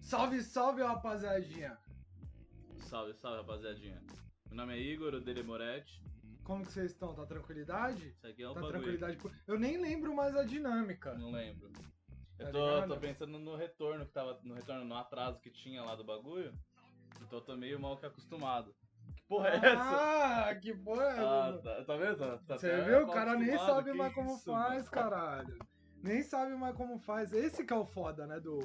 Salve, salve, rapaziadinha! Salve, salve, rapaziadinha. Meu nome é Igor, o dele é Moretti. Como que vocês estão? Tá tranquilidade? Isso aqui é o tá bagulho. tranquilidade? Eu nem lembro mais a dinâmica. Não lembro. Tá Eu tô, ligado? tô pensando no retorno que tava. No retorno, no atraso que tinha lá do bagulho. Então eu tô meio mal que acostumado. Que porra é essa? Ah, que porra! é Ah, essa? tá, tá vendo? Tá- tá- Você tá viu? mal O cara nem acostumado, sabe que mais como isso, faz, mano. caralho. Nem sabe mais como faz. Esse que é o foda, né, do,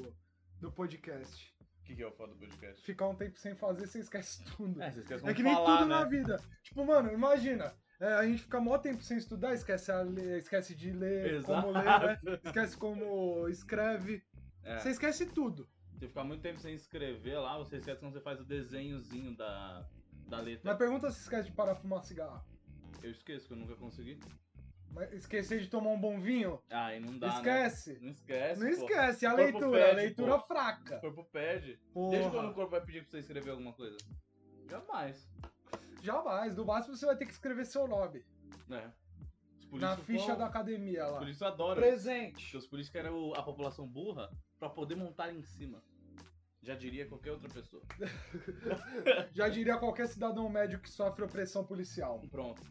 do podcast. O que, que é o foda do podcast? Ficar um tempo sem fazer, você esquece tudo. É, vocês esquecem É como que nem falar, tudo né? na vida. Tipo, mano, imagina. é, a gente fica mó tempo sem estudar, esquece, a ler, esquece de ler, como ler, né? Exato. esquece como escreve. É. Você esquece tudo. Se ficar muito tempo sem escrever lá, você esquece quando você faz o desenhozinho da, da letra. Mas pergunta se esquece de parar de fumar cigarro. Eu esqueço que eu nunca consegui. Mas esquecer de tomar um bom vinho? Ah, e não dá, né? esquece. Não esquece. Não pô. esquece. A Corpo leitura, a pede, leitura pô. fraca. O corpo pede. Desde quando o Porra. corpo vai pedir pra você escrever alguma coisa? Jamais. Jamais. Do máximo você vai ter que escrever seu nome. né? Os Na políticos ficha falam- da academia Os lá. políticos adoram. isso, Presente. Porque os políticos eram o- a população burra pra poder montar em cima. Já diria qualquer outra pessoa. Já diria qualquer cidadão médio que sofre opressão policial. Então, Pronto,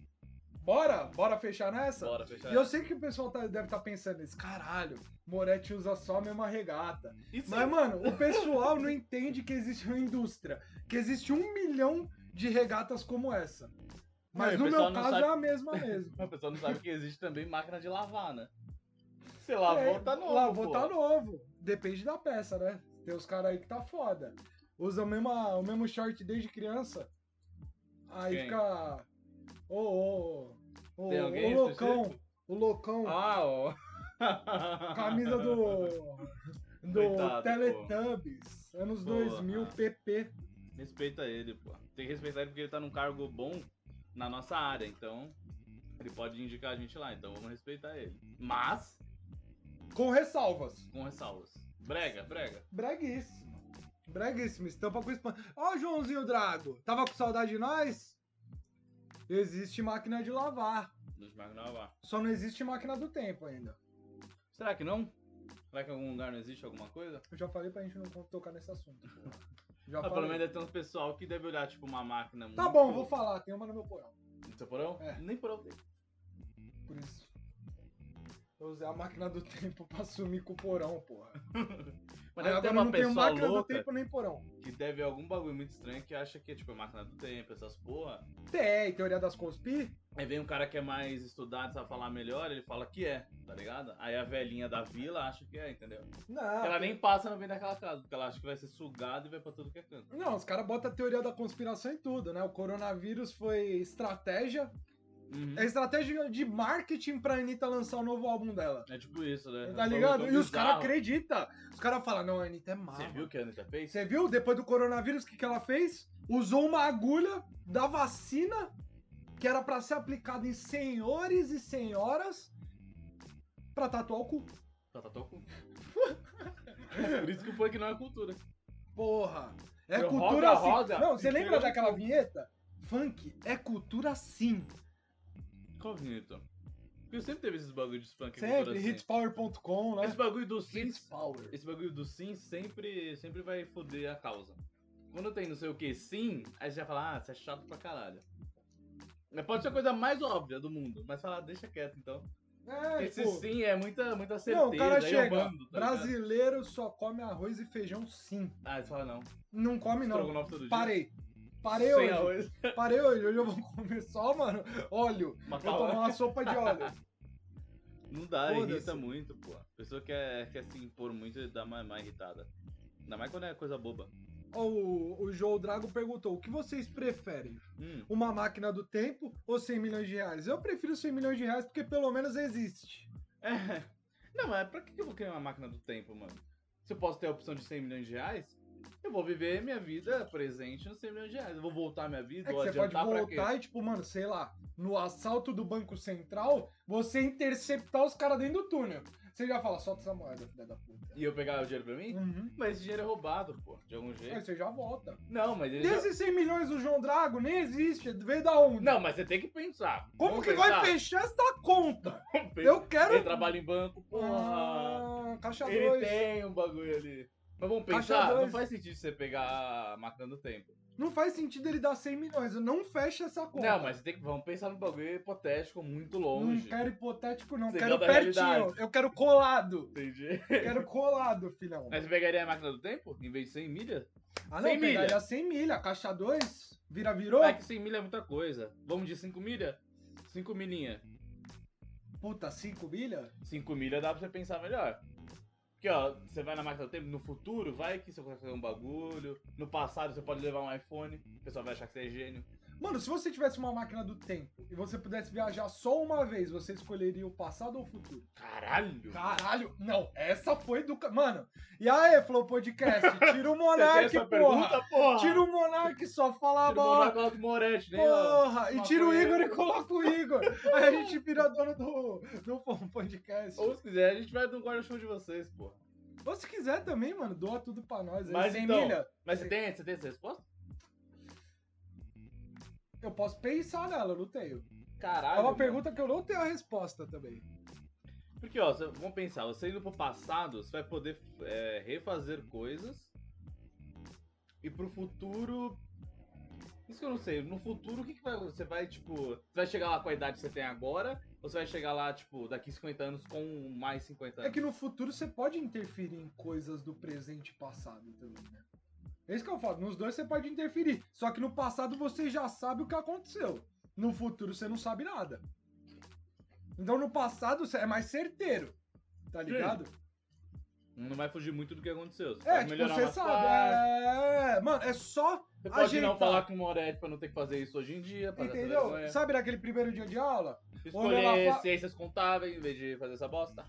Bora? Bora fechar nessa? bora fechar. E eu sei que o pessoal tá- deve estar pensando nisso. Caralho, Moretti usa só a mesma regata. Isso Mas, mano, o pessoal não entende que existe uma indústria, que existe um milhão de regatas como essa. Mas Não, e no o pessoal meu não caso sabe- é a mesma mesmo. A pessoa não sabe que existe também máquina de lavar, né? Você lavou, É, tá novo. Lavou pô. tá novo. Depende da peça, né? Tem os caras aí que tá foda. Usa a mesma- o mesmo short desde criança. Aí Quem? fica. Ô, ô, ô. Tem ô, alguém O em loucão. O loucão. Ah, ó. Camisa do. Do Coitado, pô. Teletubbies, anos Porra. 2000, PP. Respeita ele, pô. Tem que respeitar ele porque ele tá num cargo bom na nossa área, então ele pode indicar a gente lá, então vamos respeitar ele. Mas, Com ressalvas. com ressalvas. Brega, brega. Breguíssimo. Breguíssimo. Estampa com espanto. Ó, o Joãozinho Drago. Tava com saudade de nós? Existe máquina de lavar. Dos máquinas de lavar. Só não existe máquina do tempo ainda. Será que não? Será que em algum lugar não existe alguma coisa? Eu já falei pra gente não tocar nesse assunto. Já Ah, pelo menos falei. deve ter um pessoal que deve olhar, tipo, uma máquina muito... Tá bom, vou falar. Tem uma no meu porão. No seu porão? É. Nem porão tem. Por isso. Eu usei a máquina do tempo pra sumir com o porão, porra. Mas Aí deve ter agora uma não tenho pessoa máquina louca do tempo nem porão. que deve algum bagulho muito estranho que acha que é, tipo, máquina do tempo, essas porra. Tem, teoria das conspi? Aí vem um cara que é mais estudado, sabe falar melhor, ele fala que é, tá ligado? Aí a velhinha da vila acha que é, entendeu? Não. Ela nem passa no meio daquela casa, porque ela acha que vai ser sugada e vai pra tudo que é canto. Não, os caras botam a teoria da conspiração em tudo, né? O coronavírus foi estratégia. Uhum. É estratégia de marketing pra Anitta lançar o novo álbum dela. É tipo isso, né? Tá É um ligado? bagulho E tão os caras bizarro. acreditam. Os caras falam, não, a Anitta é má. Você viu o que a Anitta fez? Você viu? Depois do coronavírus, o que, que ela fez? Usou uma agulha da vacina que era pra ser aplicada em senhores e senhoras pra tatuar o cu. Tá, tá, tô com... Por isso que o funk não é cultura. Porra! É Eu cultura roda, sim. roda, Não, você inteiro lembra de daquela vinheta? Funk é cultura sim. Qual vinheta? Porque sempre teve esses bagulho de funk. Sempre, cultura, assim. hitspower.com, né? Esse bagulho do Sims. Hitspower. Esse bagulho do sim sempre, sempre vai foder a causa. Quando tem não sei o que sim, aí você já fala, ah, você é chato pra caralho. Mas Pode ser a coisa mais óbvia do mundo, mas fala, deixa quieto então. É, Esse tipo, sim é muita, muita certeza. não, o cara aí eu chega, mando, tá ligado? brasileiro só come arroz e feijão sim. Ah, você fala não. Não come não. Estrogonofe todo dia. Parei. Parei Sem hoje. arroz. Parei hoje. Hoje eu vou comer só, mano, óleo. Mas Eu fala, tomar uma sopa de óleo. Não dá, Foda-se. irrita muito, pô. A pessoa quer, quer se impor muito e dá mais, mais irritada. Ainda mais quando é coisa boba. o, o João Drago perguntou, o que vocês preferem? Hum, Uma máquina do tempo ou 100 milhões de reais? Eu prefiro 100 milhões de reais porque pelo menos existe. É. Não, mas pra que que eu vou criar uma máquina do tempo, mano? Se eu posso ter a opção de 100 milhões de reais, eu vou viver minha vida presente nos 100 milhões de reais. Eu vou voltar minha vida, É que ou você pode adiantar pra quê? voltar e, tipo, mano, sei lá, no assalto do Banco Central, você interceptar os caras dentro do túnel. Você já fala, solta essa moeda, filha da puta. E eu pegar o dinheiro pra mim? Uhum. Mas esse dinheiro é roubado, pô, de algum Aí jeito. você já volta. Não, mas ele. já- Desses 100 milhões do João Drago nem existe, veio da onde? Não, mas você tem que pensar. Como Vamos que pensar? vai fechar essa conta? Vamos pensar. Eu quero... Ele trabalha em banco, porra. Ah, caixa ele 2. tem um bagulho ali. Mas vamos Caixa pensar, não dois. faz sentido você pegar matando tempo. Não faz sentido ele dar 100 milhões, eu não fecho essa conta. Não, mas tem que, vamos pensar num bagulho hipotético muito Não longe. quero hipotético, não. Você quero gosta da pertinho. realidade. Eu quero colado. Entendi. Eu quero colado, filhão. Mas você pegaria a máquina do tempo em vez de 100 milhas? Ah, não, 100 milha. pegaria 100 milha. Caixa 2, vira, virou. Vai que 100 milha é muita coisa. Vamos de 5 milha? 5 milhinha. Puta, 5 milha? 5 milha dá pra você pensar melhor. Porque, ó, você vai na máquina do tempo, no futuro, vai que você consegue fazer um bagulho. No passado, você pode levar um iPhone. O pessoal vai achar que você é gênio. Mano, se você tivesse uma máquina do tempo e você pudesse viajar só uma vez, você escolheria o passado ou o futuro? Caralho! Caralho, não, essa foi do. ca- Mano, e aí, Flow Podcast? Tira o Você tem Monark, essa porra! pergunta, porra! Tira o Monark, só fala Tira o bola. Monarca lá do Moretti, né? ó? Porra! E Uma tira o coisa- Igor e coloca o Igor. Aí a gente vira dono do, do Flow podcast. Ou se quiser, a gente vai no guarda-chuva de vocês, porra. Ou se quiser também, mano, doa tudo pra nós. aí. Mas Sem então- milha, Mas você tem, você tem essa resposta? eu posso pensar nela, eu não tenho. Caralho! É uma mano. pergunta que eu não tenho a resposta também. Porque, ó, você- vamos pensar, você indo pro passado, você vai poder é, refazer coisas. E pro futuro. Isso que eu não sei. No futuro, o que, que vai. Você vai, tipo. Você vai chegar lá com a idade que você tem agora? Ou você vai chegar lá, tipo, daqui 50 anos com mais 50 É anos? que no futuro você pode interferir em coisas do presente e passado também, né? É isso que eu falo, nos dois você pode interferir. Só que no passado você já sabe o que aconteceu. No futuro você não sabe nada. Então no passado você é mais certeiro. Tá Sim. ligado? Não vai fugir muito do que aconteceu. Você É, pode tipo, melhorar você umas sabe. partes, É, mano, é só. Você pode ajeitar. não falar com o Moretti pra não ter que fazer isso hoje em dia. pra dar essa entendeu? vergonha. Sabe naquele primeiro dia de aula? Escolher Olha lá, fa- ciências contáveis em vez de fazer essa bosta.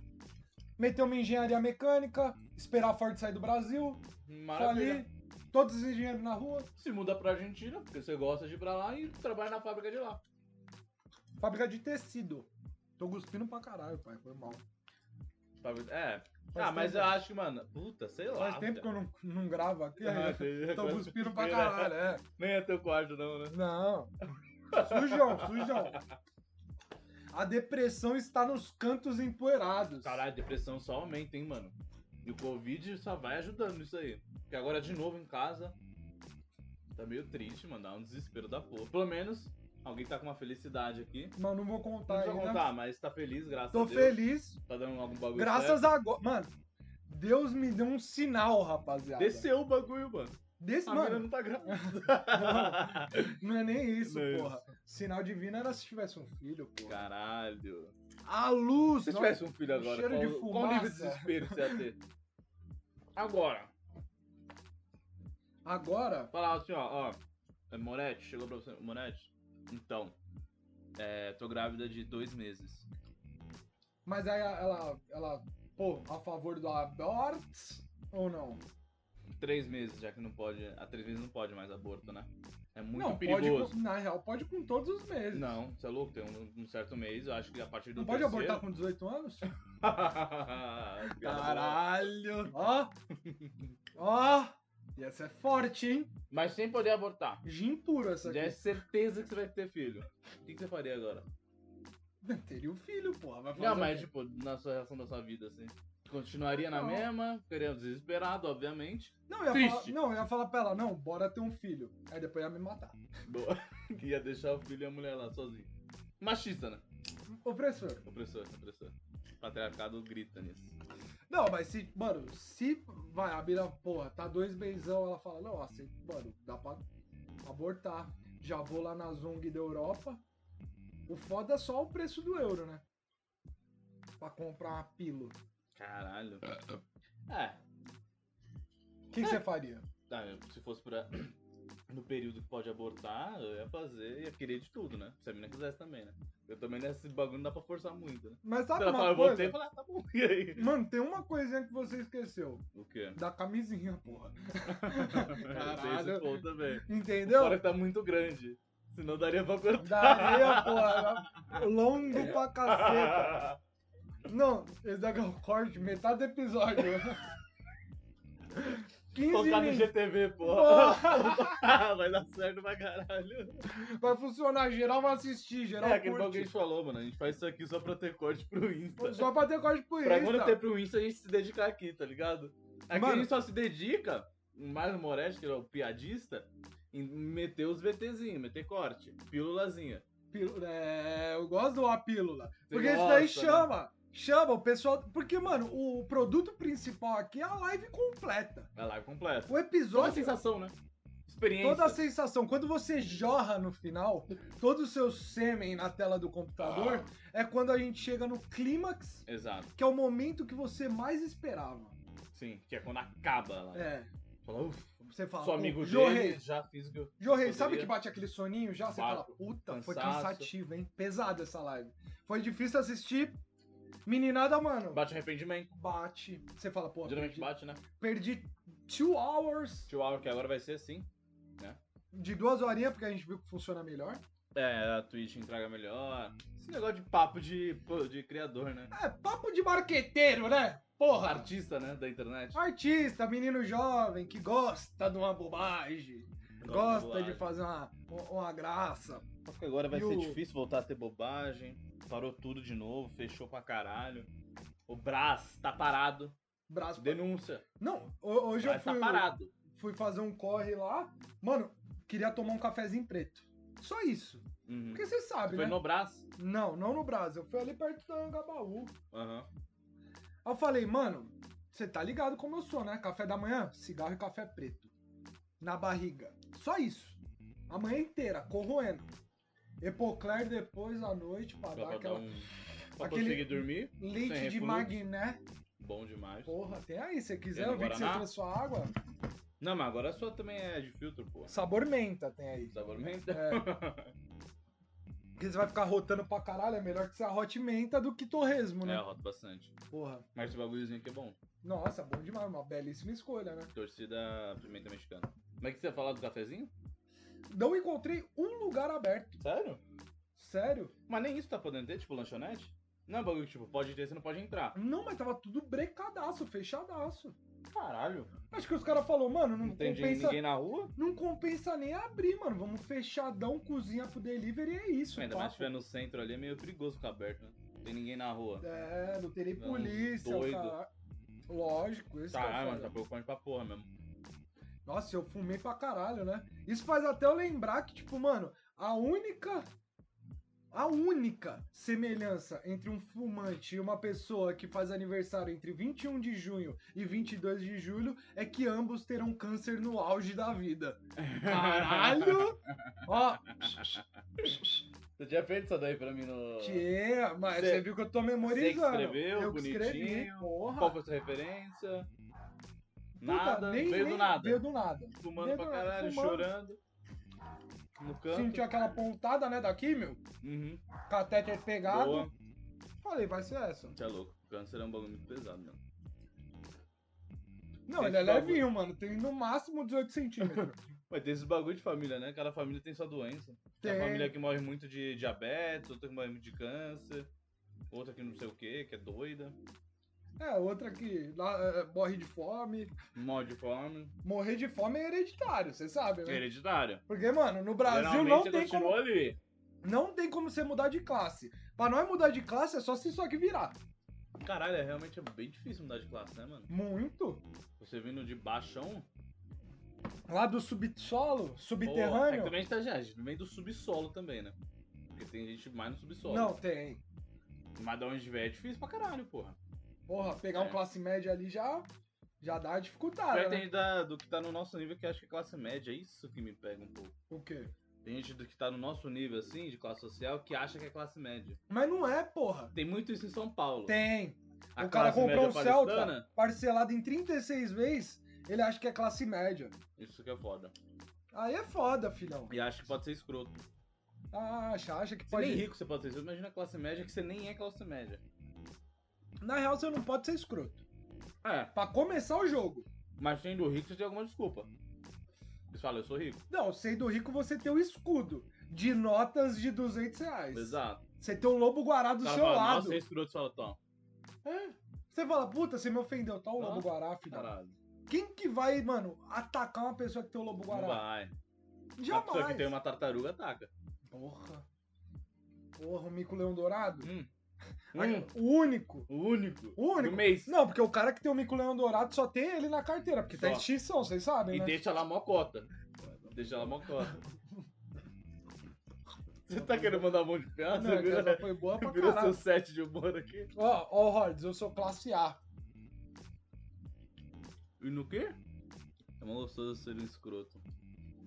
Meter uma engenharia mecânica, esperar a Ford sair do Brasil, Maravilha. falir, todos os engenheiros na rua, Se muda pra Argentina, porque você gosta de ir pra lá e trabalha na fábrica de lá. fábrica de tecido. Tô cuspindo pra caralho, pai, foi mal. Fábrica- É. Faz ah, mas tempo. eu acho que, mano, puta, sei lá. Faz tempo que eu não, não gravo aqui, É, aí eu tô não. cuspindo pra caralho, é. Nem é teu quarto, não, né? Não. Sujão, sujão. A depressão está nos cantos empoeirados. Caralho, a depressão só aumenta, hein, mano. E o Covid só vai ajudando isso aí. Porque agora de novo em casa. Tá meio triste, mano. Dá um desespero da porra. Pelo menos alguém tá com uma felicidade aqui. Mas não vou Não contar precisa ainda. contar, mas tá feliz, graças né? Tô a Deus. feliz. Tá dando algum bagulho. Graças certo. a agora. Mano, Deus me deu um sinal, rapaziada. Desceu o bagulho, mano. Desse, A mina mano, não tá grávida. não é nem isso, Não é porra. Sinal divino era se tivesse um filho, porra. Caralho. A luz, Se você não- tivesse um filho agora, cheiro qual, de qual nível de fumaça. desespero que você ia ter? Agora, um Agora, falar assim, ó, ó. é, Moretti, chegou pra você. Moretti, então. É, tô grávida de dois meses. mas aí ela, ela, pô, a favor do aborto ou não? Três meses, já que não pode. Há três meses não pode mais aborto, né? É muito não, pode perigoso. com, na real, pode com todos os meses. Não, você é louco, tem um, um certo mês, eu acho que a partir do Não pode terceiro- abortar com 18 anos? Caralho. Caralho! Ó! Ó! E essa é forte, hein? Mas sem poder abortar. Gin puro essa Já é aqui. certeza que você vai ter filho. O que, que você faria agora? Teria o filho, porra. Vai fazer Não, o mas quê? tipo, na sua reação da sua vida, assim. Continuaria na Não. mesma, ficaria desesperado, obviamente. Não, eu ia, Triste. falar, não, eu ia falar pra ela, não, bora ter um filho. Aí depois ia me matar. Boa. Que ia deixar o filho e a mulher lá sozinho. Machista, né? Ô, professor. Opressor, opressor. Patriarcado grita nisso. Não, mas se, mano, se vai, a mina, porra, tá dois beijão, ela fala, não, aceito, mano, dá pra abortar. Já vou lá na Zong da Europa. O foda é só o preço do euro, né? Pra comprar uma pílula. Caralho. É. O que que você faria? Ah, eu- se fosse pra. No período que pode abortar, eu ia fazer, ia querer de tudo, né? Se a mina quisesse também, né? Eu também nesse bagulho não dá pra forçar muito, né? Mas Se sabe ela fala, uma eu vou ter, coisa? eu falo, ah, tá bom. E aí? Mano, tem uma coisinha que você esqueceu. O quê? Da camisinha, porra. Tem esse Caralho. ponto também. Entendeu? Fora que tá muito grande. Senão daria pra cortar. Daria, porra. Longo pra caceta. Não, esse daqui é o corte, metade do episódio. 15 Colocar no minutos. GTV, porra. Porra, vai dar certo pra caralho. vai funcionar, geral vai assistir, geral é, aquele bagulho que a curte. gente falou, mano. A gente faz isso aqui só pra ter corte pro Insta. Só pra ter corte por Pra quando isso. ter pro Insta, a gente se dedicar aqui, tá ligado? Aqui é, então. Mano. a gente só se dedica, mais o Moretti, que é o piadista, em meter os VTzinhos, meter corte, pílulazinha. Pílula- é, eu gosto do a pílula. Você Porque isso daí gosta, né? chama. Chama o pessoal. Porque, mano, o produto principal aqui é a live completa. É live completa. O Toda a episódio. sensação, né? Experiência. Toda a sensação. Quando você jorra no final, todo o seu sêmen na tela do computador Ah. é quando a gente chega no clímax, Exato, que é o momento que você mais esperava. sim. Que é quando acaba lá. É, Fala, "Uf, você fala. sou "Pô, amigo jorrei, dele, já fiz o que eu Jorrei, sabe que poderia." bate aquele soninho já? Você Bato. fala, puta, foi Cansaço. cansativo, hein? Pesada essa live. Foi difícil assistir. Meninada, mano. Bate arrependimento. Bate. Você fala, pô, Geralmente perdi, bate, né? perdi two hours Tio Hour, que agora vai ser assim. de duas horinhas, porque a gente viu que funciona melhor. É, a Twitch entrega melhor. Esse negócio de papo de, pô, de criador, né? É, papo de marqueteiro, né? Porra! Ah, Artista, né? Da internet. Artista, menino jovem que gosta de uma bobagem, gosta de Bobagem. fazer uma, uma graça. Então, Só que agora vai E ser o- difícil voltar a ter bobagem. Parou tudo de novo, fechou pra caralho. O Brás tá parado. Braço. Denúncia. Não, ho- O hoje eu Brás fui. tá parado. fui fazer um corre lá. Mano, queria tomar um cafezinho preto. Só isso. Uhum. Porque você sabe, Foi né? no Brás. Não, não no Brasil. Eu fui ali perto da Angabaú. Aham. Aí eu falei, mano, você tá ligado como eu sou, né? Café da manhã, cigarro e café preto. Na barriga. Só isso. A manhã inteira, corroendo. Epocler depois à noite pra Só dar pra dar aquela. um. Pra Aquele- conseguir dormir. Leite Tem de refluxo. magné. Bom demais. Porra, tem aí. Se você quiser, Tem eu vi que você Guaraná? trouxe sua água. Não, mas agora a sua também é de filtro, pô. Sabor menta tem aí. Sabor menta. É, Porque você vai ficar rotando pra caralho, é melhor que você arrote menta do que torresmo, É, né? eu roto bastante. Porra. Mas esse bagulhozinho aqui é bom. Nossa, bom demais, uma belíssima escolha, né? Torcida pimenta mexicana. Como é que você ia falar do cafezinho? Não encontrei um lugar aberto. Sério? Sério? Mas nem isso tá podendo ter, tipo, lanchonete? Não é um bagulho que, tipo, pode ter, você não pode entrar. Não, mas tava tudo brecadaço, fechadaço. Caralho. Acho que os caras falaram, mano, não, Não tem compensa. ninguém na rua? Não compensa nem abrir, mano. Vamos fechadão, cozinha pro delivery e é isso. Ainda papo. mais se estiver no centro ali, é meio perigoso ficar aberto, né? Não tem ninguém na rua. É, não terei Não, polícia, o doido. cara. Lógico, isso que é Caralho, foda. mas tá preocupante pra porra mesmo. Nossa, eu fumei pra caralho, né? Isso faz até eu lembrar que, tipo, mano, a única. A única semelhança entre um fumante e uma pessoa que faz aniversário entre 21 de junho e 22 de julho é que ambos terão câncer no auge da vida. Caralho! Ó, Você tinha feito isso daí pra mim no. tia, mas Cê- você viu que eu tô Você que memorizando. escreveu, eu que bonitinho. escrevi, porra. Qual foi a sua referência? Puta, Nada, nem- veio nem- do nada. Veio do nada. Fumando veio pra do nada, caralho, fumando. chorando. No canto. Sentiu aquela pontada, né, daqui, meu? Uhum. Catéter pegado. Boa. Falei, vai ser essa. Você é louco. Câncer é um bagulho muito pesado, mano. Não, Esse ele é bagulho. levinho, mano. Tem no máximo 18 centímetros. Mas tem esses bagulho de família, né? Cada família tem sua doença. Tem. Tem É uma família que morre muito de diabetes, outra que morre muito de câncer, outra que não sei o que, que é doida, É, outra que lá, é, morre de fome. morre de fome. Morrer de fome é hereditário, você sabe, né? Hereditária. Porque, mano, no Brasil Geralmente não tem, continua como, ali. não tem como você mudar de classe. Pra nós mudar de classe é só se isso aqui virar. Caralho, é realmente bem difícil mudar de classe, né, mano? Muito. Você vindo de baixão. Lá do subsolo, Porra, é que subterrâneo. também a gente tá já, a gente vem do subsolo também, né? Porque tem gente mais no subsolo. não, tem. Mas da onde vier é difícil pra caralho, porra. Porra, pegar um É. classe média ali já, já dá uma Pior dificuldade. que tem Né? gente da- do que tá no nosso nível que acha que é classe média. É isso que me pega um pouco. O quê? Tem gente do que tá no nosso nível, assim, de classe social, que acha que é classe média. Mas não é, porra. Tem muito isso em São Paulo. Tem. A o cara classe comprou um média Celta paulistana, parcelado em 36 vezes, ele acha que é classe média. Isso que é foda. Aí é foda, filhão. E acha que pode ser escroto. Ah, acha, acha que Você pode. nem rico você pode ser escroto. Imagina a classe média que você nem é classe média. Na real, você não pode ser escroto. É, Pra começar o jogo. mas sendo rico você tem alguma desculpa. Você fala, eu sou rico. Não, sendo rico, você tem o escudo de notas de 200 reais. Exato. Você tem o lobo guará do O cara seu fala, lado. Nossa, você é escroto, você fala, Tom. É. Você fala, puta, você me ofendeu, tá o lobo Ah, guará, filhão. Caralho. Quem que vai, mano, atacar uma pessoa que tem o lobo Não guará? vai. A Jamais. pessoa que tem uma tartaruga ataca. Porra. Porra, o mico leão dourado? Hum. Hum, O único. o único. O único. Do mês. Não, porque o cara que tem o mico leão dourado só tem ele na carteira, porque tá Só. em extinção, vocês sabem, E né? deixa lá mó cota. Deixa lá mó cota. Você tá querendo mandar um monte de piada? Não, Virou- essa foi boa pra Virou seu caralho. set de humor aqui. Ó, ó, Hordes, eu sou classe A. E no quê? É uma gostosa ser um escroto.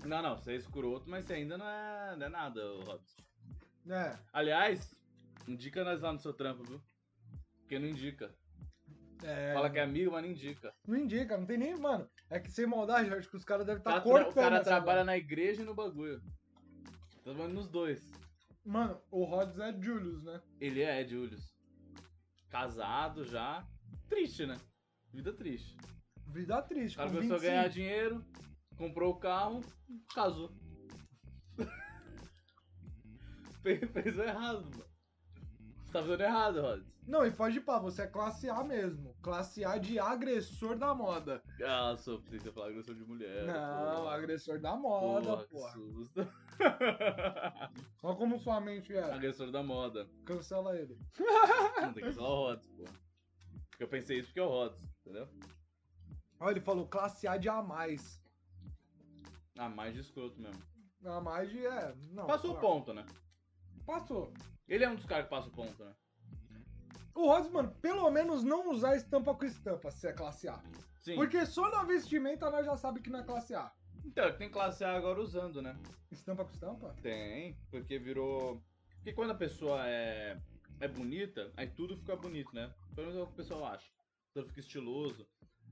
Não, não, você é escroto, mas você ainda não é, não é nada, ô Robson. É. Aliás, indica nós lá no seu trampo, viu? Porque não indica. é Fala que é amigo, mas não indica. Não indica, não tem nem. Mano, é que sem maldade, eu acho que os caras devem O estar cara tá tra- cortando. o cara essa- trabalha na igreja e no bagulho. Tá trabalhando nos dois. Mano, o Rhodes é Julius, né? Ele é, Julius. Casado já. Triste, né? Vida triste. Vida triste. O cara com começou a ganhar 25. dinheiro, comprou o carro, casou. fez, fez o errado, mano. Você tá fazendo errado, Rod. Não, e pode ir pra, você é classe A mesmo. Classe A de agressor da moda. Ah, só precisa falar agressão de mulher. não, pô. agressor da É, Porra, moda, que porra. susto. Olha como sua mente é. Agressor da moda. Cancela ele. Não, tem que ser o Rods, porra. Eu pensei isso porque é o Rods, entendeu? Olha, ele falou classe A de A mais. Ah, mais de escroto mesmo. A mais de é. Não. Passou o claro. ponto, né? Passou. Ele é um dos caras que passa o ponto, né? O Rhodes, mano, pelo menos não usar estampa com estampa se é classe A. Sim. Porque só na vestimenta nós já sabe que não é classe A. Então, tem classe A agora usando, né? Estampa com estampa? Tem, porque virou. Porque quando a pessoa é, é bonita, aí tudo fica bonito, né? Pelo menos é o que o pessoal acha. Tudo fica estiloso.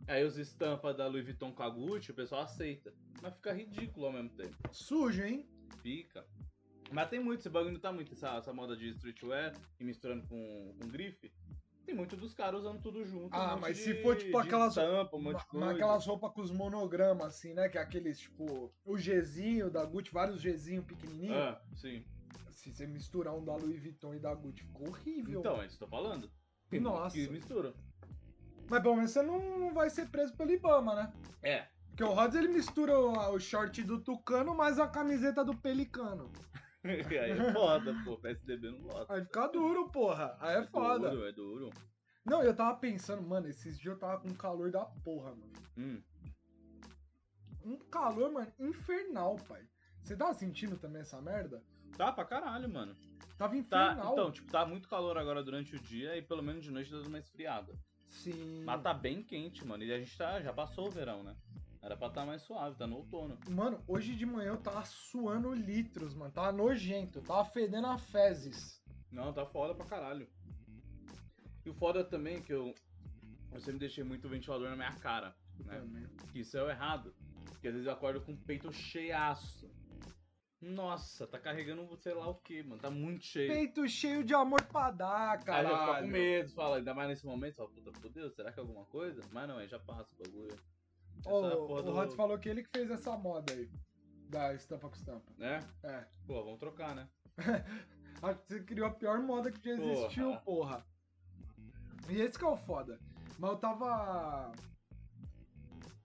Aí os estampas da Louis Vuitton com a Gucci, o pessoal aceita. Mas fica ridículo ao mesmo tempo. Sujo, hein? Fica. Mas tem muito, esse bagulho não tá muito, essa, essa moda de streetwear e misturando com, com grife. Tem muito dos caras usando tudo junto. um Ah, monte mas se for, tipo, de aquelas- Estampa, um monte Ma de mas coisa. aquelas roupas com os monogramas, assim, né? Que é aqueles, tipo, o Gzinho da Gucci, vários Gzinho pequenininho. Ah, sim. Se você misturar um da Louis Vuitton e da Gucci, ficou horrível. Então, é isso que eu tô falando. Nossa. Que mistura. Mas pelo menos você não vai ser preso pelo Ibama, né? É, Porque o Rhodes, ele mistura o, o short do Tucano mais a camiseta do Pelicano. aí é foda, pô. PSDB não vota. Aí fica duro, porra. Aí é foda. Duro, um é duro. Não, eu tava pensando, mano, esses dias eu tava com calor da porra, mano. Hum. Um calor, mano, infernal, pai. Você tá sentindo também essa merda? Tá pra caralho, mano. Tava Tá, infernal. então, tipo, tá muito calor agora durante o dia e pelo menos de noite tá dando uma esfriada. Sim. Mas tá bem quente, mano. E a gente tá, já passou o verão, né? Era pra tá mais suave, tá no outono. Mano, hoje de manhã eu tava suando litros, mano. Tava nojento, tava fedendo a fezes. Não, tá foda pra caralho. E o foda também é que eu, eu sempre deixei muito ventilador na minha cara, né? Uhum. Que isso é o errado. Porque às vezes eu acordo com o peito cheiaço. Nossa, tá carregando sei lá o que, mano. Tá muito cheio. Peito cheio de amor pra dar, Aí cara. já fica com medo, fala, ainda mais nesse momento, fala, puta, fodeu, será que é alguma coisa? Mas não, aí já passa o bagulho. Essa é a porra o do- Rod falou que ele que fez essa moda aí. Da estampa com estampa. Né? É. Pô, vamos trocar, né? Acho que você criou a pior moda que já existiu, porra. E esse que é o foda. Mas eu tava. Tá,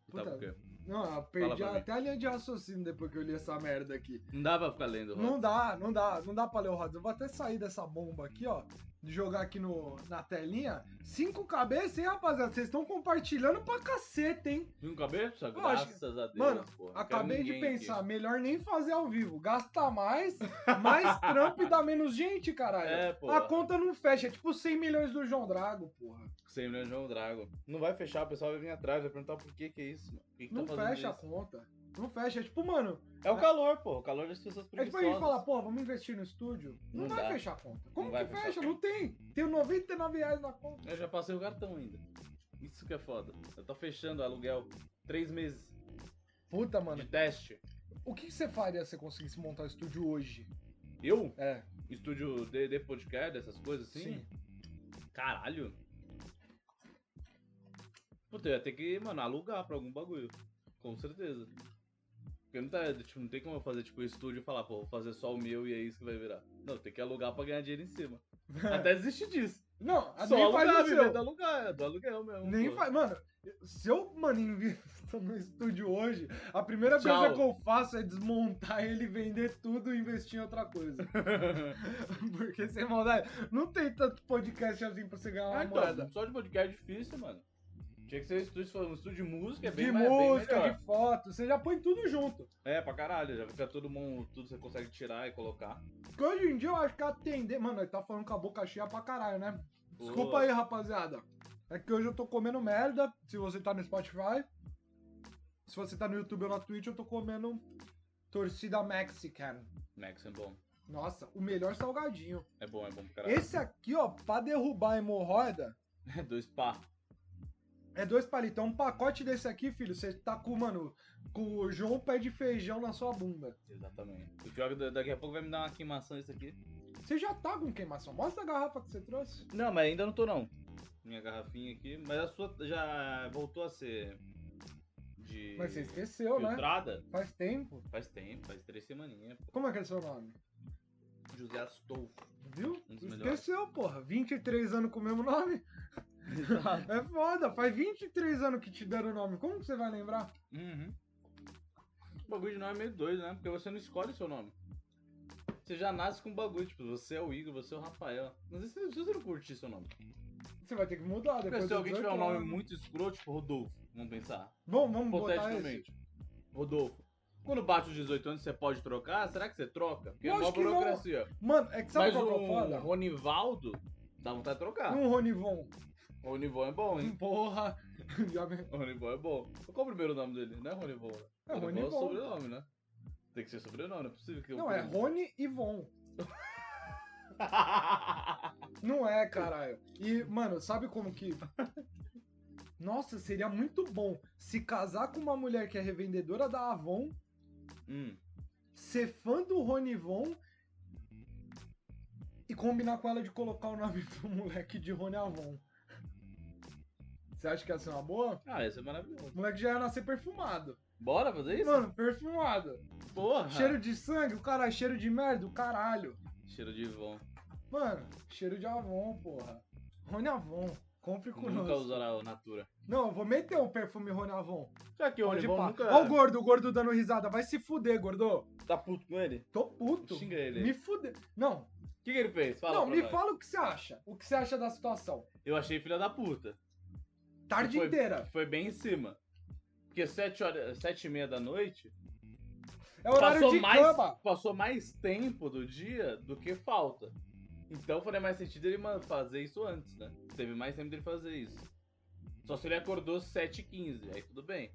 Puta, porque Não, eu perdi pra mim. até a linha de raciocínio depois que eu li essa merda aqui. Não dá pra ficar lendo, Não Rods. dá, não dá, não dá pra ler o Rods. Eu vou até sair dessa bomba aqui, ó. de Jogar aqui no, na telinha. Cinco cabeças, hein, rapaziada? Vocês estão compartilhando pra caceta, hein? Viu um cabeça? Eu acho que- Graças a Deus, Mano, porra, não quero Acabei de ninguém aqui. pensar, melhor nem fazer ao vivo. Gasta mais, mais trampo e dá menos gente, caralho. É, pô. A conta não fecha, é tipo 100 milhões do João Drago, porra. Sem o João Drago. Não vai fechar, o pessoal vai vir atrás, vai perguntar por que que é isso, mano. Por que que Não tá fazendo fecha a isso? conta. Não fecha, é tipo, mano, É o calor, pô. O calor das pessoas é tipo a preguiçosas. gente falar, pô, vamos investir no estúdio. Não, Não vai dá. fechar a conta. Como vai que fechar a fecha? conta. Não tem. Tenho 99 reais na conta. Eu já passei o cartão ainda. Isso que é foda. Eu tô fechando o aluguel. Três meses Puta, mano. de teste. O que que você faria se você conseguisse montar o estúdio hoje? Eu? É, Estúdio de, de podcast, essas coisas assim? Caralho. Puta, eu ia ter que, mano, alugar pra algum bagulho. Com certeza. Porque não, tá, tipo, não tem como eu fazer, tipo, estúdio e falar, pô, vou fazer só o meu e é isso que vai virar. Não, tem que alugar pra ganhar dinheiro em cima. Até existe disso. Não, só Ah, nem alugar, faz o viver seu. do alugar, é do aluguel mesmo. Nem pô. faz. Mano, se eu, mano, invi- tô no estúdio hoje, a primeira Tchau. coisa que eu faço é desmontar ele, vender tudo e investir em outra coisa. Porque sem maldade, não tem tanto podcast assim pra você ganhar uma Ah, moeda. então, só de podcast é difícil, mano. Tinha que ser um estúdio, um estúdio de música, é bem, de mais- bem música, melhor. de foto, você já põe tudo junto. É, pra caralho, já fica todo mundo, tudo você consegue tirar e colocar. Porque hoje em dia eu acho que a tendência. Mano, ele tá falando com a boca cheia pra caralho, né? Desculpa Boa. aí, rapaziada. É que hoje eu tô comendo merda. Se você tá no Spotify. Se você tá no YouTube ou na Twitch, eu tô comendo torcida mexican. Max é bom. Nossa, o melhor salgadinho. É bom, é bom pra caralho. Esse aqui, ó, pra derrubar a hemorroida, Dois pá. é dois palitão. Um pacote desse aqui, filho, você tá com, mano, com o João pé de feijão na sua bunda. Exatamente. O pior é que daqui a pouco vai me dar uma queimação isso aqui. Você já tá com queimação. Mostra a garrafa que você trouxe. Não, mas ainda não tô não. Minha garrafinha aqui, mas a sua já voltou a ser de Mas você esqueceu, né? filtrada? Faz tempo. Faz tempo, faz três semaninhas. pô. Como é que é seu nome? José Astolfo. Viu? Um dos melhores. Esqueceu, porra. 23 anos com o mesmo nome. Exato. É foda, faz 23 anos que te deram o nome. Como que você vai lembrar? Uhum. O bagulho de nome é meio doido, né? Porque você não escolhe seu nome. Você já nasce com um bagulho, tipo, você é o Igor, você é o Rafael. Mas se se você não curtir seu nome. Você vai ter que mudar Porque depois se dos alguém tiver 18 um nome anos. muito escroto, tipo Rodolfo, vamos pensar. Bom, é vamos botar esse. Hipoteticamente. Rodolfo. Quando bate os 18 anos, você pode trocar? Será que você troca? Porque é Eu uma acho que não. burocracia. Mano, é que sabe Mas qual que é o o foda? Ronivaldo dá vontade de trocar. Um Ronivon. O Ronivon é bom, hein? Porra. Já me- O Ronivon é bom. Qual o primeiro nome dele? Não é Ronivon, né? É é o Ronivon. sobrenome, né? Tem que ser sobrenome, não é possível que eu- Não, é Rony e Von. Não é, caralho. E, mano, sabe como que. Nossa, seria muito bom se casar com uma mulher que é revendedora da Avon, Hum, ser fã do Ronivon e combinar com ela de colocar o nome pro moleque de Rony Avon. Você acha que ia ser uma boa? Ah, esse é maravilhoso. O moleque já ia nascer perfumado. Bora fazer isso? Mano, perfumado. Porra! Cheiro de sangue, o cara, cheiro de merda, o caralho. Cheiro de Ivon. Mano, cheiro de Avon, porra. Rony Avon, compre conosco. Nunca usará o Natura. Não, eu vou meter um perfume Rony Avon. Já que o Pode Ronivon pá. nunca Ó o gordo, o gordo dando risada. Vai se fuder, gordo. tá puto com ele, Tô puto. xinga ele. Me fuder. Não, O que, que ele fez? Fala não, pra me nós. fala o que você acha. O que você acha da situação. Eu achei filha da puta. Tarde Foi- inteira. Foi bem em cima. Porque 7 horas, sete e meia da noite, É horário passou de mais, cama. passou mais tempo do dia do que falta. Então faria mais sentido ele ma- fazer isso antes, né? Teve mais tempo dele fazer isso. Só se ele acordou 7h15, aí tudo bem.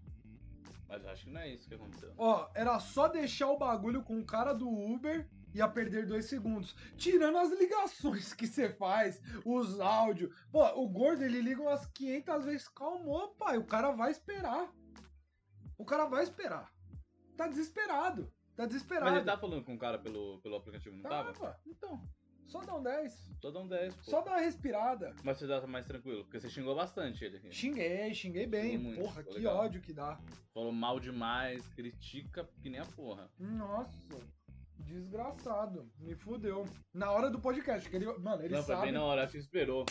Mas eu acho que não é isso que aconteceu. Ó, era só deixar o bagulho com o cara do Uber ia perder dois segundos. Tirando as ligações que você faz, os áudios. Pô, o gordo ele liga umas 500 vezes. Calmou, pai. O cara vai esperar. O cara vai esperar. Tá desesperado. Tá desesperado. Mas ele tava falando com o cara pelo, pelo aplicativo, Tá, não tava? Tava. Então, Só dá um 10. só dá um 10, pô. Só dá uma respirada. Mas você tá mais tranquilo, porque você xingou bastante ele aqui. Xinguei, xinguei bem. Xingou É. muito, tá Porra, ficou que legal. ódio que dá. Falou mal demais, critica que nem a porra. Nossa. Desgraçado. Me fudeu. Na hora do podcast. Que ele, mano, ele não, foi sabe. bem na hora, acho que esperou.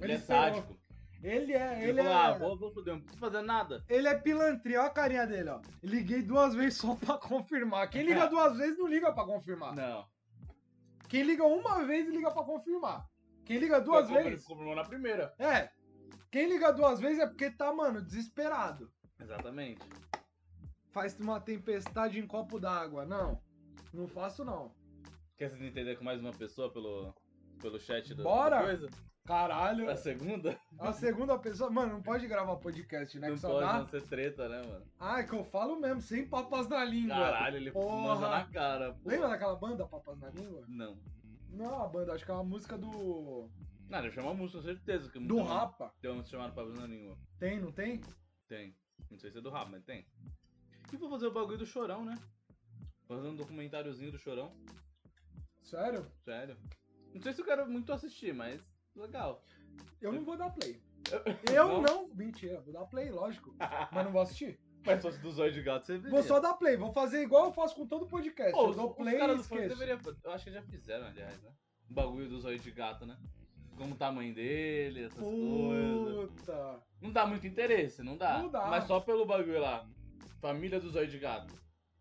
Ele, Ele é esperou. sádico. Ele é, Ele ele falou, ah, é. vou, vou foder, não preciso fazer nada. Ele é pilantrinho, olha a carinha dele, ó. Liguei duas vezes só pra confirmar. Quem liga duas vezes não liga pra confirmar. Não. Quem liga uma vez liga pra confirmar. Quem liga duas Ele vezes. Comprou na primeira. É. Quem liga duas vezes é porque tá, mano, desesperado. Exatamente. Faz uma tempestade em copo d'água. Não. Não faço, não. Quer vocês entenderem com mais uma pessoa pelo, pelo chat do Bora! da coisa? Caralho. A segunda? A segunda pessoa. Mano, não pode gravar podcast, né? não que só pode não dá. ser treta, né, mano? Ah, é que eu falo mesmo, sem papas na língua. Caralho, ele Porra. manda na cara, pô. Lembra daquela banda Papas na Língua? Não. Não é uma banda, acho que é uma música do. Não, deve chamar música, com certeza. Que é Do Rapa. Tem um uma chamada pra na língua. Tem, não tem? Tem. Não sei se é do rap, mas tem. E vou fazer o bagulho do Chorão, né? Fazendo um documentáriozinho do Chorão. Sério? Sério. Não sei se eu quero muito assistir, mas legal. Eu não vou dar play. Eu Não? não. Mentira, vou dar play, lógico. Mas não vou assistir. Mas se fosse do Zóio de Gato, você viria. Vou só dar play, vou fazer igual eu faço com todo podcast. Pô, eu os- dou os play e caras do Flow esqueço. deveria- Eu acho que já fizeram, aliás, né? O bagulho do zóio de gato, né? como o tamanho dele, essas coisas. Puta. Não dá muito interesse, não dá. Não dá. Mas só pelo bagulho lá. Família do Zóio de Gato.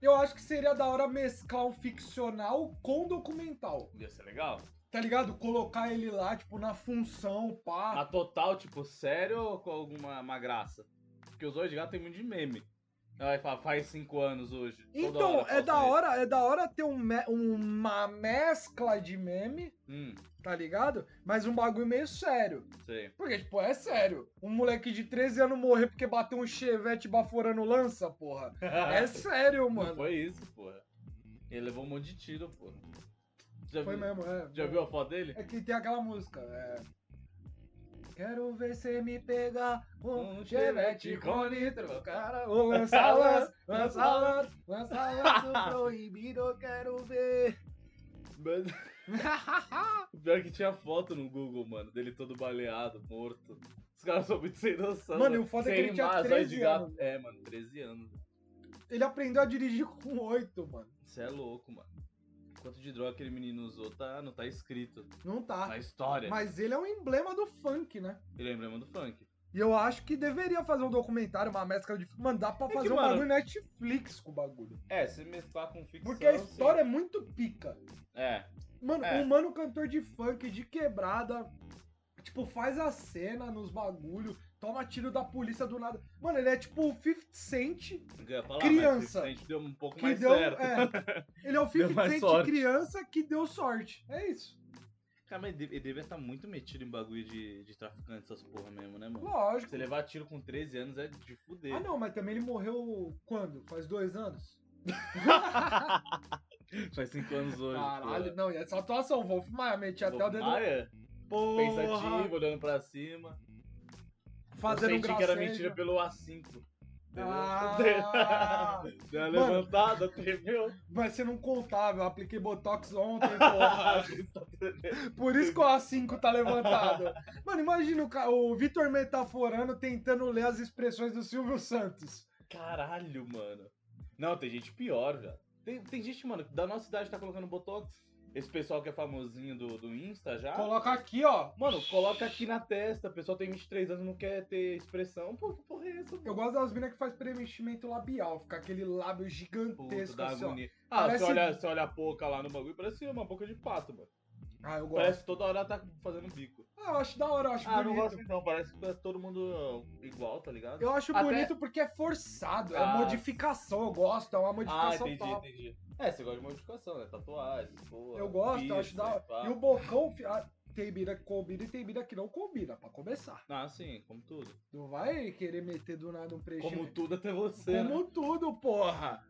Eu acho que seria da hora mesclar o ficcional com o documental. Ia ser legal. Tá ligado? Colocar ele lá, tipo, na função, pá. Na total, tipo, sério ou com alguma uma graça? Porque o Zóio de Gato tem muito de meme. Ela vai falar, faz cinco anos hoje. Toda Então, hora é posta da isso. hora, é da hora ter um me- uma mescla de meme, Hum, tá ligado? Mas um bagulho meio sério. sei. Porque, tipo, é sério. Um moleque de 13 anos morrer porque bateu um chevette baforando lança, porra. É sério, Não mano. foi isso, porra. Ele levou um monte de tiro, porra. Já, Foi viu, mesmo, é. já viu a foto dele? É que tem aquela música, é. Quero ver você me pegar um Um chevette chevette com com nitro, nitro. cara. Ô, lança lança, lança lança, lança lança proibido, eu quero ver. Mas- O pior é que tinha foto no Google, mano, dele todo baleado, morto. Os caras são muito sem noção. Mano, e o foda é que ele Sem tinha mais, 13 olho de gato. anos. É, mano, 13 anos. Ele aprendeu a dirigir com oito, mano. Você é louco, mano. Quanto de droga aquele menino usou, tá, não tá escrito Não tá. na história. Mas ele é um emblema do funk, né? Ele é emblema do funk. E eu acho que deveria fazer um documentário, uma mescla de. Mano, dá pra É que, fazer um mano- bagulho Netflix com o bagulho. É, se mesclar com ficção... Porque a sim. história é muito pica. É, Mano, É. um mano cantor de funk de quebrada, tipo, faz a cena nos bagulho, toma tiro da polícia do nada. Mano, ele é tipo o 50 Cent, eu ia falar, né? Criança. Mas, deu um pouco que mais deu. certo. É, ele é o Deu 50 mais Cent sorte. criança que deu sorte. É isso. Cara, mas ele devia estar muito metido em bagulho de, de traficante, essas porra mesmo, né, mano? Lógico. Você levar tiro com 13 anos é de fuder. Ah, não, mas também ele morreu quando? Faz dois anos? Faz 5 anos hoje. Caralho, não, e essa atuação, o Wolf Maia metia até o dedo. Maia, Porra, pensativo, olhando pra cima. fazendo eu um senti que era gracejo. mentira pelo A5. entendeu? Ah, Deu uma Mano. levantada, tremeu. mas você não contava, eu apliquei Botox ontem, porra. Por isso que o A5 tá levantado. Mano, imagina o, ca- o Vitor Metaforano tentando ler as expressões do Silvio Santos. Caralho, mano. Não, tem gente pior, velho. Tem, tem gente, mano, da nossa idade tá colocando Botox. Esse pessoal que é famosinho do, do Insta já. Coloca aqui, ó. Mano, coloca aqui na testa. O pessoal tem 23 anos não quer ter expressão. Pô, que porra é essa? Eu gosto das minas que faz preenchimento labial, fica aquele lábio Puta, gigantesco dá assim, ó. agonia. Ah, Parece- você, olha, você olha a boca lá no bagulho, parece uma boca de pato, mano. Ah, eu gosto. Parece que toda hora ela tá fazendo bico. Ah, eu acho da hora, eu acho Ah, não bonito. gosto então, parece que tá todo mundo uh, igual, tá ligado? Eu acho Até- bonito porque é forçado, é Ah. modificação, eu gosto, é uma Ah, modificação entendi, top. entendi. É, você gosta de modificação, né? Tatuagem, porra. Eu gosto, eu acho piercing, da hora. pá. E o bocão, fi- ah, tem mira que combina e tem mira que não combina, pra começar. Ah, sim, como tudo. Não vai querer meter do nada um preenchimento. Como tudo até você, né? Como tudo, porra!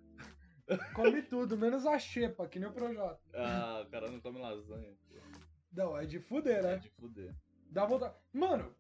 Come tudo, menos a xepa, que nem o Projota. Ah, o cara não come lasanha. Não, é de fuder, É né? de fuder. Dá vontade. Mano,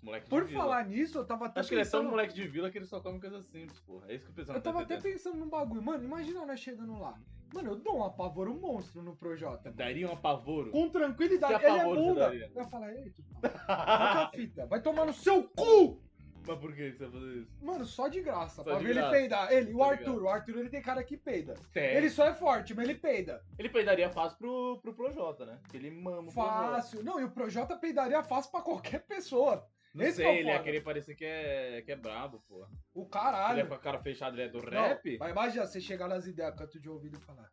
Moleque por de vila. falar nisso, eu tava até Acho que ele é tão pensando. moleque de vila que ele só come coisa simples, porra. É isso que o pessoal eu não tá tava até entendendo. pensando num bagulho. Mano, imagina nós chegando lá. Mano, eu dou um apavoro monstro no Projota. Daria um apavoro. Com tranquilidade, Que ele é apavoro você bunda. daria? Ah. Eu ia falar, eita, toca tá a fita. Vai tomar no seu cu! Mas por que você vai fazer isso? Mano, só de graça. Só pra de ver graça. ele peidar. Ele, o Tá Arthur, ligado. o Arthur ele tem cara que peida. Tem. Ele Ele... só é forte, mas ele peida. peidaria fácil pro, pro Projota, né? Porque ele mama o Projota. Fácil. Não, e o Projota peidaria fácil pra qualquer pessoa. Não Esse que é o sei, ele ia foda. querer parecer que é, que é brabo, porra. O Ele é caralho. com a cara fechada, ele é do Não, rap? Mas imagina você chegar nas ideias, canto de ouvido e falar.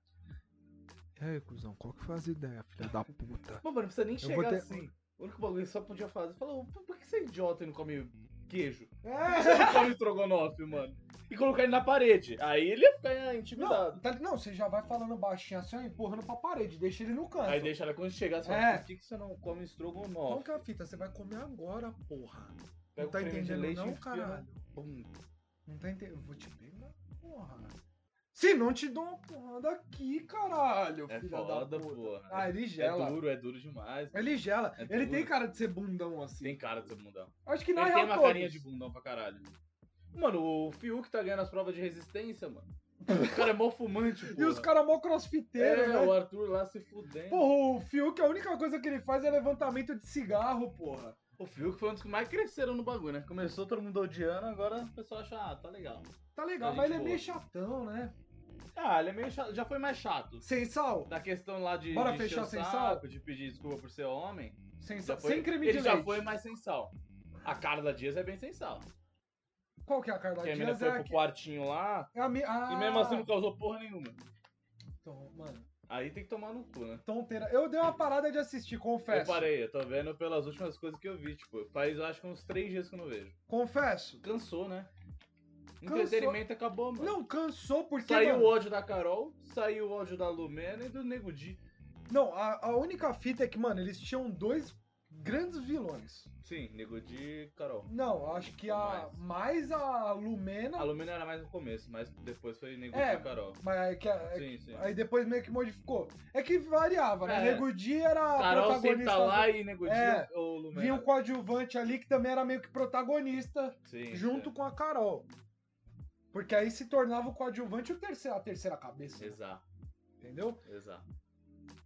E aí, cuzão, qual que foi as ideias, filha da puta? Mano, mas não precisa nem vou chegar ter- assim. O único bagulho que só podia fazer. Falou, "Pô, por que você é idiota e não come queijo? Por que É. você não come estrogonofe, mano? E colocar ele na parede. Aí ele ia ficar intimidado. Não, tá- não, você já vai falando baixinho assim, ó, empurrando pra parede, deixa ele no canto. Aí deixa ela quando chegar, você fala, É. por que que você não come Qual estrogonofe? que é a fita? Você vai comer agora, porra. Pega Não o tá creme de entendendo leite e não, enfia caralho? no- Pum. Não tá entendendo? Eu vou te pegar, porra. Se não te dou uma porrada aqui, caralho, É filha foda, da puta. porra. Ah, ele É gela. duro, é duro demais. ele gela. É ele duro. tem cara de ser bundão assim. Tem cara de ser bundão. Acho que é na Ele real tem uma todos. carinha de bundão pra caralho. Mano, o Fiuk tá ganhando as provas de resistência, mano. O cara é mó fumante, porra. E os caras mó É, crossfiteiros, né? o Arthur lá se fudendo. Porra, o Fiuk, a única coisa que ele faz é levantamento de cigarro, porra. O Fiuk foi um dos que mais cresceram no bagulho, né? Começou todo mundo odiando, agora o pessoal acha, ah, tá legal. Tá legal, É mas gente ele é meio boa. chatão, né? Ah, ele é meio chato, já foi mais chato. Sem sal? Da questão lá de. Bora de encher fechar o sem saco, sal? De pedir desculpa por ser homem. Sem, Já sal. foi- sem creme ele de já leite. foi mais sem sal. A Carla Dias é bem sem sal. Qual que é a Carla Porque a menina Dias? foi é a pro que- quartinho lá é a mi- Ah, e mesmo assim não causou porra nenhuma. então, mano, Aí tem que tomar no cu, né? tonteira. Eu dei uma parada de assistir, Eu confesso. parei, eu tô vendo pelas últimas coisas que eu vi, tipo, faz eu acho que uns três dias que eu não vejo. Confesso. Cansou, né? Cansou. Entretenimento acabou, mano. Não, cansou porque. saiu mano, o ódio da Carol, saiu o ódio da Lumena e do Nego Di. Não, a, a única fita é que, mano, eles tinham dois grandes vilões. Sim, Nego Di e Carol. Não, acho que a. Mais. Mais a Lumena. A Lumena era mais no começo, mas depois foi Nego É. Di e Carol. Mas é que a- é que- Sim, sim. aí depois meio que modificou. É que variava, né? É. Nego Di era Carol sempre protagonista. tá lá e Nego Di É. ou Lumena. Vinha um coadjuvante ali que também era meio que protagonista, Sim, junto sim. com a Carol. Porque aí se tornava o coadjuvante o terceiro, a terceira cabeça, Exato, entendeu? exato.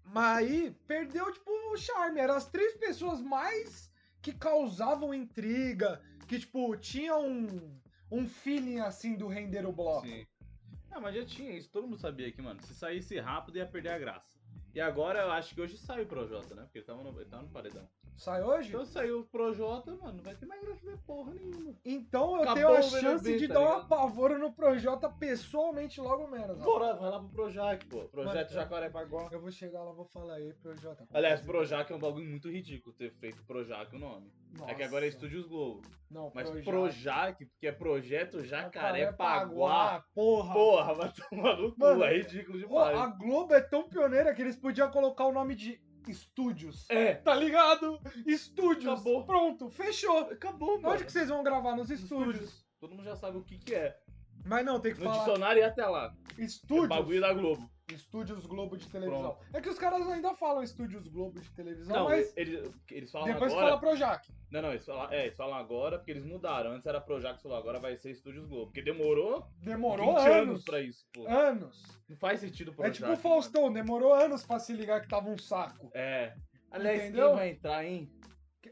Mas aí perdeu, tipo, o charme. Eram as três pessoas mais que causavam intriga, que, tipo, tinha um, um feeling, assim, do render o bloco. Sim. Ah, mas já tinha isso, todo mundo sabia que, mano, se saísse rápido ia perder a graça. E agora eu acho que hoje sai o Projota, né? Porque ele tava no, ele tava no paredão. Sai hoje? Então saiu o Projota, mano, não vai ter mais graça de porra nenhuma. Então eu Acabou tenho o a BBB, chance de tá dar um ligado? apavoro no Projota pessoalmente logo menos. rapaz. Bora, vai lá pro Projac, pô. Projeto Mano, é Jacarepaguá. Eu vou chegar lá, vou falar aí, Projota. Aliás, Projac é um bagulho muito ridículo ter feito Projac o nome. Nossa. É que agora é Estúdios Globo. Não, Mas Projac. Projac, porque é Projeto Jacarepaguá. Jacarepaguá, Porra. Porra, vai tomar no cu, é Mano, é ridículo Ô, demais. a Globo é tão pioneira que eles podiam colocar o nome de Estúdios. É, Tá ligado? Estúdios. Acabou. Pronto, fechou. acabou, mano. Onde que vocês vão gravar? Nos estúdios. Todo mundo já sabe o que que é. Mas não, tem que No falar dicionário e até lá. É bagulho Estúdios. da Globo. Estúdios Globo de televisão. É que os caras ainda falam Estúdios Globo de televisão, Não, mas eles, eles falam depois agora. fala Projac. Não, não, eles falam, é, eles falam agora porque eles mudaram. Antes era Projac, falou, agora vai ser Estúdios Globo. Porque demorou, Demorou 20 anos. anos. pra isso, pô. Anos. Não faz sentido É Projac. tipo o Faustão, demorou anos pra se ligar que tava um saco. mano. É. Aliás, Entendeu? quem vai entrar, hein?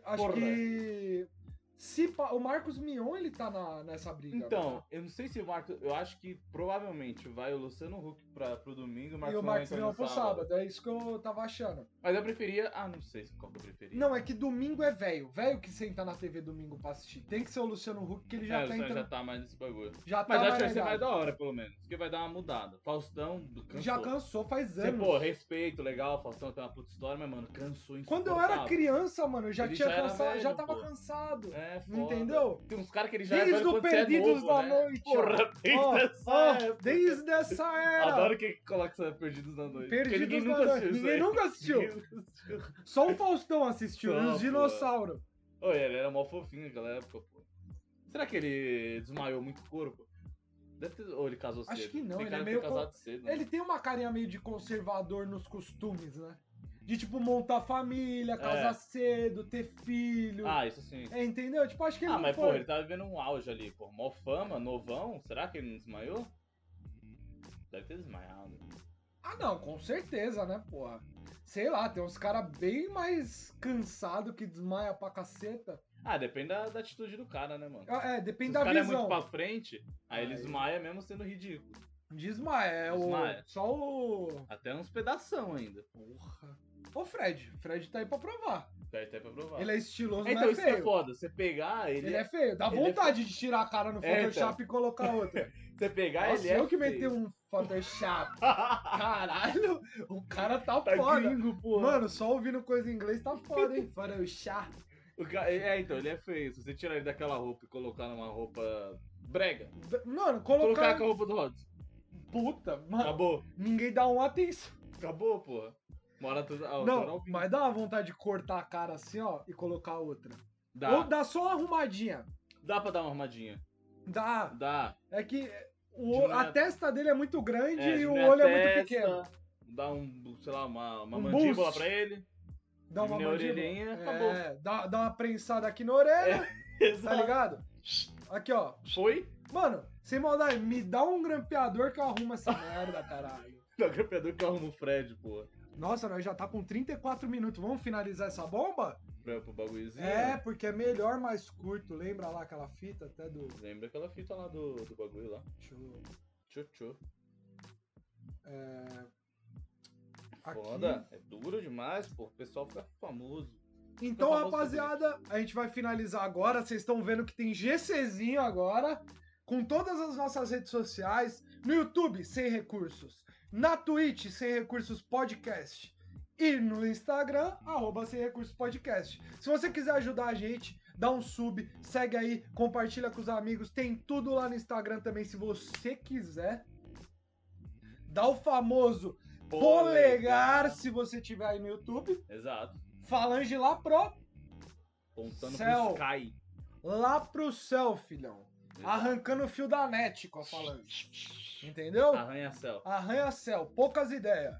Acho Porra. que. Se pa- O Marcos Mion ele tá na- nessa briga. agora. Então, eu não sei se o Marcos. Eu acho que provavelmente vai o Luciano Huck pra, pro e domingo o Mion Marcos entra no Mion pro sábado, é isso que eu tava achando. Mas eu preferia. Ah, não sei qual que eu preferia. Não, é que domingo é velho. Velho que senta na TV domingo pra assistir. Tem que ser o Luciano Huck, que ele já é, o tá Luciano entrando. já tá mais nesse bagulho. Já Mas tá acho que vai ser na mais idade. da hora, pelo menos. Porque vai dar uma mudada. Faustão do cantor. Já cansou faz Você, anos. pô, respeito, legal, Faustão tem uma puta história, mas, mano, cansou Quando eu era insuportável. criança, mano, eu já tá. Ele tinha já era cansado. já velho, tava pô. cansado. É, foda. Entendeu? Tem uns caras que ele já é Desde velho o quando você é Perdidos novo, da né? Noite. ó. Porra, desde Ó, essa ó, época. desde essa era. Adoro que coloca essa Perdidos na Noite. porque Perdidos na Noite. ninguém nunca assistiu isso Ninguém aí. nunca assistiu. Ninguém assistiu. Só o Faustão assistiu, e Só, os pô. dinossauros. Oi, ele era mó fofinho naquela época, pô. Será que ele desmaiou muito o corpo? Deve ter... Ou ele casou cedo? Acho que não, Tem ele cara é de meio ter casado cedo, né? Ele tem uma carinha meio de conservador nos costumes, né? De tipo montar família, casar É. cedo, ter filho. Ah, isso sim. É, entendeu? Tipo, acho que ele Ah, não mas, foi. pô, ele tava vivendo um auge ali, pô. Mó fama, novão. Será que ele não desmaiou? Deve ter desmaiado. Ah, não, com certeza, né, porra? Sei lá, tem uns caras bem mais cansado que desmaia pra caceta. Ah, depende da, da atitude do cara, né, mano? Ah, É, Se depende o da cara é visão. muito pra frente, aí ele Aí- desmaia mesmo sendo ridículo. Desmaia, é o... Desmaia. só o... Até uns pedação ainda. Porra. Ô, Fred. Fred tá aí pra provar. Deve até pra provar. Ele é estiloso, então, mas isso é que é feio. foda. Você pegar ele, Ele é feio. Dá ele é vontade de tirar a cara no É, Photoshop e colocar outra. Você pegar Nossa, ele é eu que feio. meti um Photoshop. tá Caralho, o cara tá, foda. gringo, porra. Mano, só ouvindo coisa em inglês tá foda, hein? Photoshop. O ca- É, então, ele é feio. Se você tirar ele daquela roupa e colocar numa roupa brega, Mano, colocar colocar... Tá. com a roupa do Rods. Puta, mano. Acabou. Ninguém dá uma atenção. Acabou, porra. Mora tudo. Ah, o Não, Toralpinho. mas dá uma vontade de cortar a cara assim, ó, e colocar outra. Dá. Ou dá só uma arrumadinha. Dá pra dar uma armadinha. Dá. Dá. É que o- Diminui a a- testa dele é muito grande É, e o diminui a olho é muito testa, pequeno. Dá um, sei lá, uma, uma Um mandíbula boost. pra ele. Dá uma diminui a mandíbula. orelhinha, acabou. É, dá, dá uma prensada aqui na orelha, tá Exato. ligado? Aqui, ó. Foi? Mano, sem maldade, me dá um grampeador que eu arrumo essa merda, caralho. Não, o campeador que arruma o Fred, porra. Nossa, nós já tá com 34 minutos. Vamos finalizar essa bomba? Pra, pro bagulhozinho. É, né? porque é melhor mais curto. Lembra lá aquela fita até do. Lembra aquela fita lá do, do bagulho lá? Deixa eu- Tchô, tchô. Aqui. Foda, é duro demais, pô. O pessoal fica famoso. Então, Então, vamos rapaziada, a gente vai finalizar agora. Vocês estão vendo que tem GCzinho agora, com todas as nossas redes sociais. No YouTube, Sem Recursos. Na Twitch, Sem Recursos Podcast. E no Instagram, arroba Sem Recursos Podcast. Se você quiser ajudar a gente, dá um sub, segue aí, compartilha com os amigos. Tem tudo lá no Instagram também, se você quiser. Dá o famoso polegar, se você tiver aí no YouTube. Exato. Falange lá pro Pontando Céu. pro Sky. lá pro céu, filhão. Arrancando o fio da net com a falange. Entendeu? Arranha-céu. Arranha-céu, poucas ideias.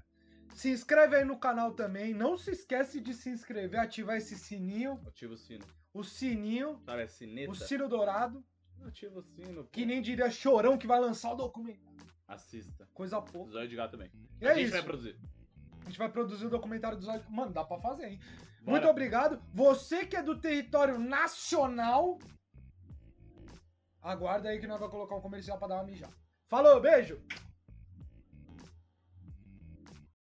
Se inscreve aí no canal também. Não se esquece de se inscrever, ativar esse sininho, Ativa o sino. o sininho, Sabe, é sineta? o sino dourado, Ativa o sino. pô. que nem diria chorão que vai lançar o documento. Assista. Coisa pouca. Zóio de gato também. E a é gente isso. vai produzir. A gente vai produzir o documentário dos olhos. Mano, dá pra fazer, hein? Bora. Muito obrigado. Você que é do território nacional, aguarda aí que nós vamos colocar um comercial pra dar uma mijada. Falou, beijo!